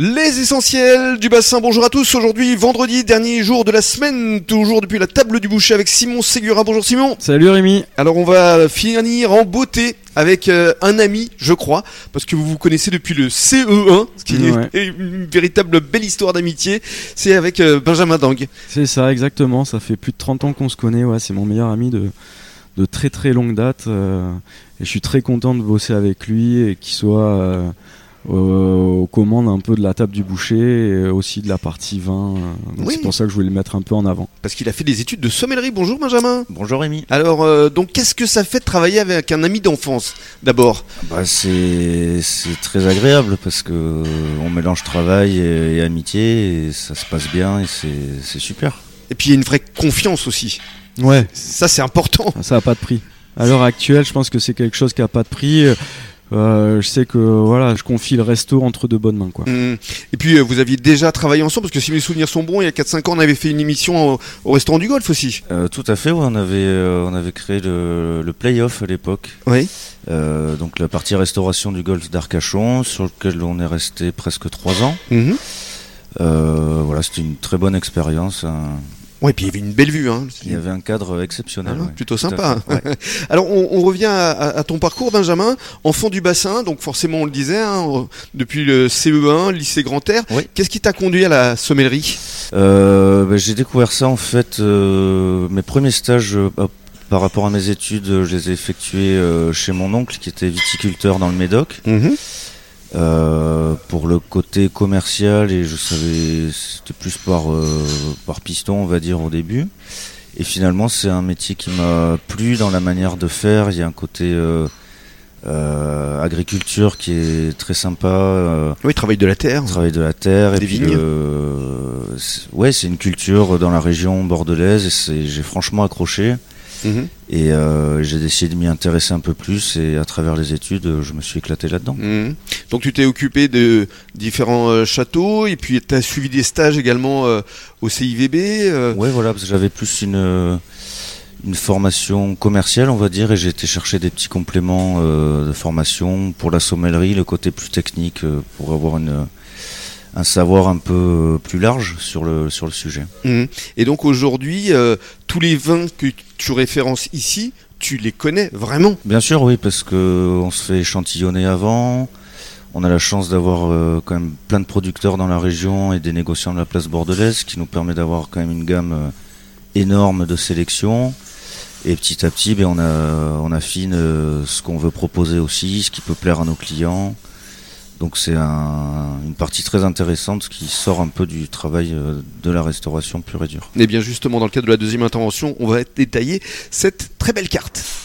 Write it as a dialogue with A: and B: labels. A: Les essentiels du bassin, bonjour à tous. Aujourd'hui, vendredi, dernier jour de la semaine, toujours depuis la table du boucher avec Simon Ségura. Bonjour Simon.
B: Salut Rémi.
A: Alors on va finir en beauté avec euh, un ami, je crois, parce que vous vous connaissez depuis le CE1, ce qui
B: Ouais.
A: est une véritable belle histoire d'amitié. C'est avec euh, Benjamin Dang.
B: C'est ça, exactement. Ça fait plus de 30 ans qu'on se connaît. Ouais, c'est mon meilleur ami de, de très très longue date. euh, et je suis très content de bosser avec lui et qu'il soit euh, aux, aux commandes un peu de la table du boucher et aussi de la partie vin. euh, donc
A: Oui.
B: C'est pour ça que je voulais le mettre un peu en avant.
A: Parce qu'il a fait des études de sommellerie. Bonjour Benjamin.
C: Bonjour Rémi.
A: Alors, euh, donc qu'est-ce que ça fait de travailler avec un ami d'enfance d'abord
C: Bah c'est c'est très agréable parce que euh, on mélange travail et, et amitié et ça se passe bien et c'est c'est super.
A: Et puis il y a une vraie confiance aussi.
B: Ouais.
A: Ça c'est important.
B: Ça n'a pas de prix. À l'heure actuelle, je pense que c'est quelque chose qui n'a pas de prix. Euh, je sais que voilà, je confie le resto entre deux bonnes mains. Quoi.
A: Mm. Et puis euh, vous aviez déjà travaillé ensemble parce que si mes souvenirs sont bons, il y a 4-5 ans on avait fait une émission au, au restaurant du golf aussi.
C: Euh, tout à fait, ouais, on avait euh, on avait créé le, le playoff à l'époque,
A: Oui.
C: Euh, donc la partie restauration du golf d'Arcachon sur lequel on est resté presque trois ans.
A: Hmm.
C: Euh, voilà, c'était une très bonne expérience. hein.
A: Ouais, et puis il y avait une belle vue. Hein.
C: Il y avait un cadre exceptionnel.
A: Ah,
C: ouais.
A: plutôt
C: Tout à
A: sympa.
C: fait, ouais.
A: Alors on, on revient à, à- à ton parcours Benjamin, enfant du bassin, donc forcément on le disait, hein, on- depuis le CE1, lycée Grand Air.
C: Oui.
A: Qu'est-ce qui t'a conduit à la sommellerie
C: Euh, bah, j'ai découvert ça en fait. euh, mes premiers stages euh, bah, par rapport à mes études, euh, je les ai effectués euh, chez mon oncle qui était viticulteur dans le Médoc euh, pour le côté commercial et je savais c'était plus par euh, par piston on va dire au début. Et finalement c'est un métier qui m'a plu dans la manière de faire. Il y a un côté euh, euh, agriculture qui est très sympa. euh,
A: Oui, travail de la terre.
C: on travaille de la terre.
A: Des
C: et puis
A: vignes.
C: le- c'est- Ouais, c'est une culture dans la région bordelaise et c'est- j'ai franchement accroché.
A: Mhm.
C: Et euh, j'ai décidé de m'y intéresser un peu plus et à travers les études, euh, je me suis éclaté là-dedans.
A: Mhm. Donc tu t'es occupé de différents euh, châteaux et puis tu as suivi des stages également euh, au CIVB. euh,
C: Ouais, voilà, parce que j'avais plus une, euh, une formation commerciale, on va dire, et j'ai été chercher des petits compléments euh, de formation pour la sommellerie, le côté plus technique, euh, pour avoir une, un savoir un peu euh, plus large sur le, sur le sujet.
A: Mhm. Et donc aujourd'hui, euh, tous les vins que tu références ici, tu les connais vraiment.
C: Bien sûr, oui, parce que on se fait échantillonner avant. On a la chance d'avoir euh, quand même plein de producteurs dans la région et des négociants de la place bordelaise, ce qui nous permet d'avoir quand même une gamme euh, énorme de sélection. Et petit à petit, ben, on, a- on affine euh, ce qu'on veut proposer aussi, ce qui peut plaire à nos clients. Donc c'est un- une partie très intéressante qui sort un peu du travail euh, de la restauration pure et dure.
A: Et bien justement, dans le cadre de la deuxième intervention, on va détailler cette très belle carte.